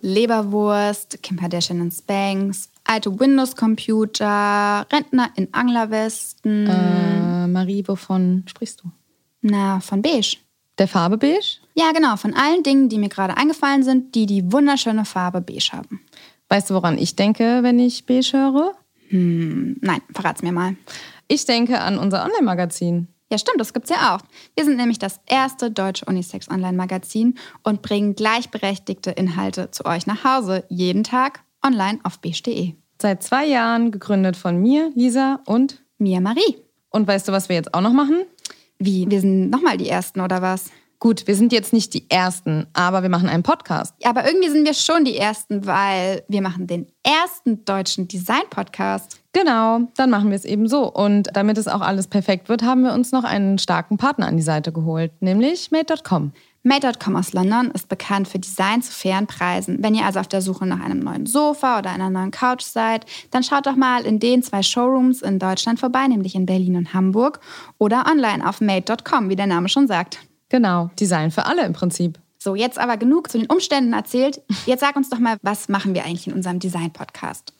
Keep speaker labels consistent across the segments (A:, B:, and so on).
A: Leberwurst, Kim Kardashian in Spanks, alte Windows-Computer, Rentner in Anglerwesten.
B: Äh, Marie, wovon sprichst du?
A: Na, von beige.
B: Der Farbe beige?
A: Ja, genau, von allen Dingen, die mir gerade eingefallen sind, die die wunderschöne Farbe beige haben.
B: Weißt du, woran ich denke, wenn ich beige höre?
A: Hm, nein, verrat's mir mal.
B: Ich denke an unser Online-Magazin.
A: Ja, stimmt, das gibt's ja auch. Wir sind nämlich das erste deutsche Unisex-Online-Magazin und bringen gleichberechtigte Inhalte zu euch nach Hause, jeden Tag online auf beige.de.
B: Seit zwei Jahren gegründet von mir, Lisa und...
A: Mia Marie.
B: Und weißt du, was wir jetzt auch noch machen?
A: Wie, wir sind nochmal die Ersten oder was?
B: Gut, wir sind jetzt nicht die Ersten, aber wir machen einen Podcast.
A: Ja, aber irgendwie sind wir schon die Ersten, weil wir machen den ersten deutschen Design-Podcast.
B: Genau, dann machen wir es eben so. Und damit es auch alles perfekt wird, haben wir uns noch einen starken Partner an die Seite geholt, nämlich Made.com.
A: Made.com aus London ist bekannt für Design zu fairen Preisen. Wenn ihr also auf der Suche nach einem neuen Sofa oder einer neuen Couch seid, dann schaut doch mal in den zwei Showrooms in Deutschland vorbei, nämlich in Berlin und Hamburg oder online auf Made.com, wie der Name schon sagt.
B: Genau, Design für alle im Prinzip.
A: So, jetzt aber genug zu den Umständen erzählt. Jetzt sag uns doch mal, was machen wir eigentlich in unserem Design-Podcast?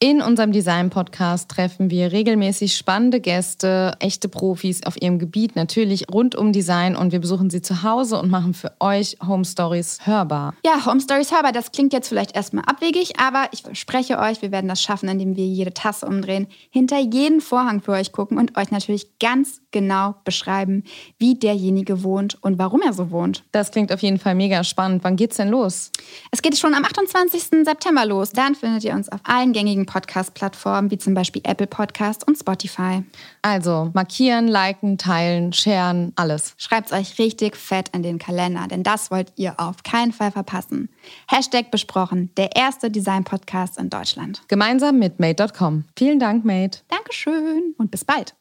B: In unserem Design-Podcast treffen wir regelmäßig spannende Gäste, echte Profis auf ihrem Gebiet, natürlich rund um Design und wir besuchen sie zu Hause und machen für euch Home Stories hörbar.
A: Ja, Home Stories Hörbar, das klingt jetzt vielleicht erstmal abwegig, aber ich verspreche euch, wir werden das schaffen, indem wir jede Tasse umdrehen, hinter jeden Vorhang für euch gucken und euch natürlich ganz genau beschreiben, wie derjenige wohnt und warum er so wohnt.
B: Das klingt auf jeden Fall mega spannend. Wann geht's denn los?
A: Es geht schon am 28. September los. Dann findet ihr uns auf allen gängigen Podcast-Plattformen, wie zum Beispiel Apple Podcast und Spotify.
B: Also markieren, liken, teilen, sharen, alles.
A: Schreibt's euch richtig fett in den Kalender, denn das wollt ihr auf keinen Fall verpassen. Hashtag besprochen, der erste Design-Podcast in Deutschland.
B: Gemeinsam mit Made.com. Vielen Dank, Made.
A: Dankeschön und bis bald.